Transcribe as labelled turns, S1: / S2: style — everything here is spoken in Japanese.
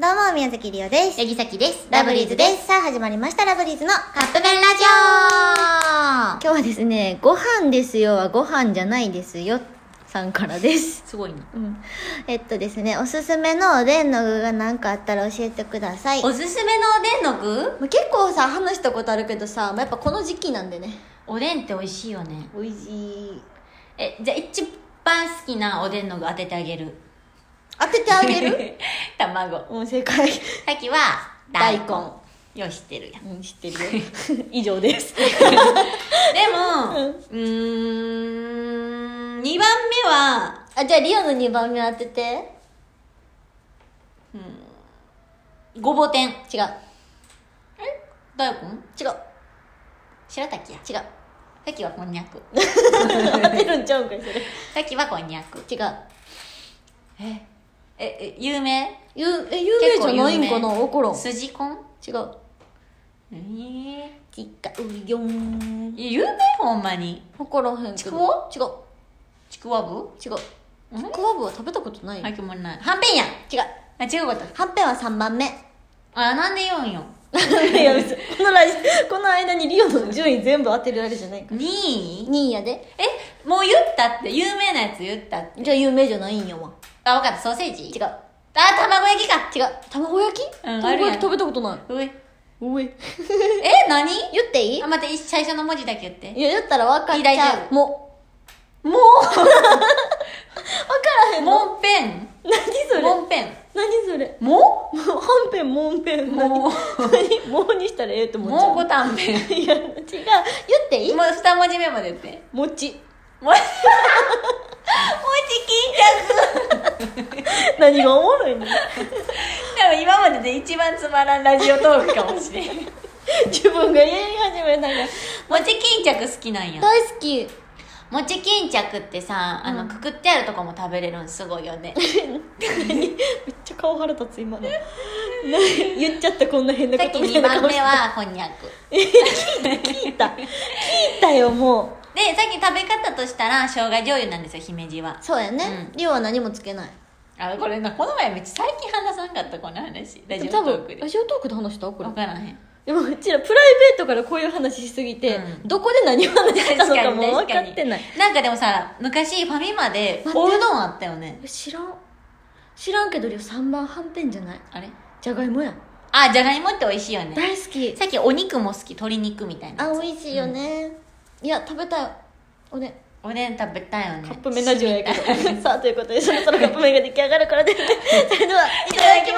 S1: どうも、宮崎りおです。
S2: 八木崎です。
S1: ラブリーズです。さあ、始まりました、ラブリーズの。
S2: カップ麺ラ
S1: 今
S2: ジオ
S1: 日はですね、ご飯ですよはご飯じゃないですよ、さんからです。
S2: すごいな。
S1: うん。えっとですね、おすすめのおでんの具が何かあったら教えてください。
S2: おすすめのおでんの具
S1: まあ結構さ、話したことあるけどさ、まあやっぱこの時期なんでね。
S2: おでんって美味しいよね。
S1: おいしい。
S2: え、じゃあ一番好きなおでんの具当ててあげ る。
S1: 当ててあげ る
S2: 卵。
S1: うん、正解。
S2: さっきは、
S1: 大根
S2: よ、知ってるやん。で
S1: うん、知ってるよ。 以上です。
S2: も、うーん、2番目は、
S1: あ、じゃあ、リオの2番目当てて。
S2: ごぼ天。
S1: 違う。
S2: 大根
S1: 違う。
S2: 白滝や。
S1: 違う。
S2: 滝はこんにゃ く。
S1: 当てるんちゃうんかい、それ。
S2: 滝はこんにゃく。
S1: 違う。
S2: え、え、有名
S1: ゆえ有名じゃないんかな分からん違
S2: 筋コン
S1: う
S2: ええ
S1: 違うよん
S2: 有名ほんまに
S1: 分からへんけど
S2: ちくわ
S1: 違う
S2: ちくわぶ
S1: 違うちくわぶは食べたことない、
S2: 入ってもないはんぺんや
S1: 違う
S2: あ違うこと
S1: はんぺんは3番目 い
S2: あなんで4よ
S1: や別にこのラジこの間にリオの順位全部当てるあれじゃないか
S2: 2位
S1: 2位やで
S2: えもう言ったって有名なやつ言ったって
S1: じゃあ有名じゃないんやわ
S2: あ分かったソーセージ
S1: 違う
S2: あ卵焼きか
S1: 違う卵焼き、
S2: うんある
S1: 卵
S2: や
S1: 焼
S2: ん
S1: き食べたことないう
S2: え
S1: おい
S2: え何
S1: 言っていい
S2: あ待ってい最初の文字だけ言って
S1: いや言ったら分かっち
S2: いい大
S1: ゃ
S2: 丈
S1: うも
S2: も
S1: う分からへ
S2: うん
S1: の
S2: もんぺん
S1: 何それ
S2: もんぺん
S1: 何それ
S2: も
S1: もうはんぺんもんぺん
S2: もう
S1: 何もうにしたらええと思っちゃう
S2: もうごたんぺんもう
S1: いや違う言っていい
S2: 2文字目まで言って
S1: 餅
S2: もうもうち巾着
S1: 何がおもろいの
S2: 多分今までで一番つまらんラジオトークかもしれんも
S1: 自分が言い始めたから
S2: ち巾着好きなんや
S1: 大好き
S2: もち巾着ってさあの、
S1: うん
S2: くくってあるとこも食べれるんすごいよ ね
S1: めっちゃ顔腹立つ今のな言っちゃったこんな変な
S2: さ
S1: こ
S2: っき
S1: とみたいな
S2: 2番
S1: 顔し
S2: 目はこんにゃく
S1: 聞いた聞いたよも
S2: でさっき食べ方としたら生姜醤油なんですよ姫路は
S1: うそうやね、リオは何もつけない
S2: あこれなこの前めっちゃ最近話さんかったこの話ラジオト
S1: 多
S2: ーク
S1: 分
S2: で
S1: ラジオトークで話したこれ
S2: 分からへん
S1: でもうちらプライベートからこういう話しすぎて、
S2: うん
S1: どこで何を話してたのかも分か
S2: 確
S1: ってない
S2: なんかでもさ昔ファミマで
S1: 待って
S2: おうどんあったよね
S1: 知らん知らんけどリオ3番はんぺんじゃない
S2: あれ
S1: じゃがいもや
S2: あじゃがいもって美味しいよね
S1: 大好き
S2: さっきお肉も好き鶏肉みたいな
S1: あ美味しいよね、いや食べたいおね
S2: おでん食べたいよね
S1: カップ麺ラジオやけどさあということでそろそろカップ麺が出来上がるからですそれではい
S2: ただき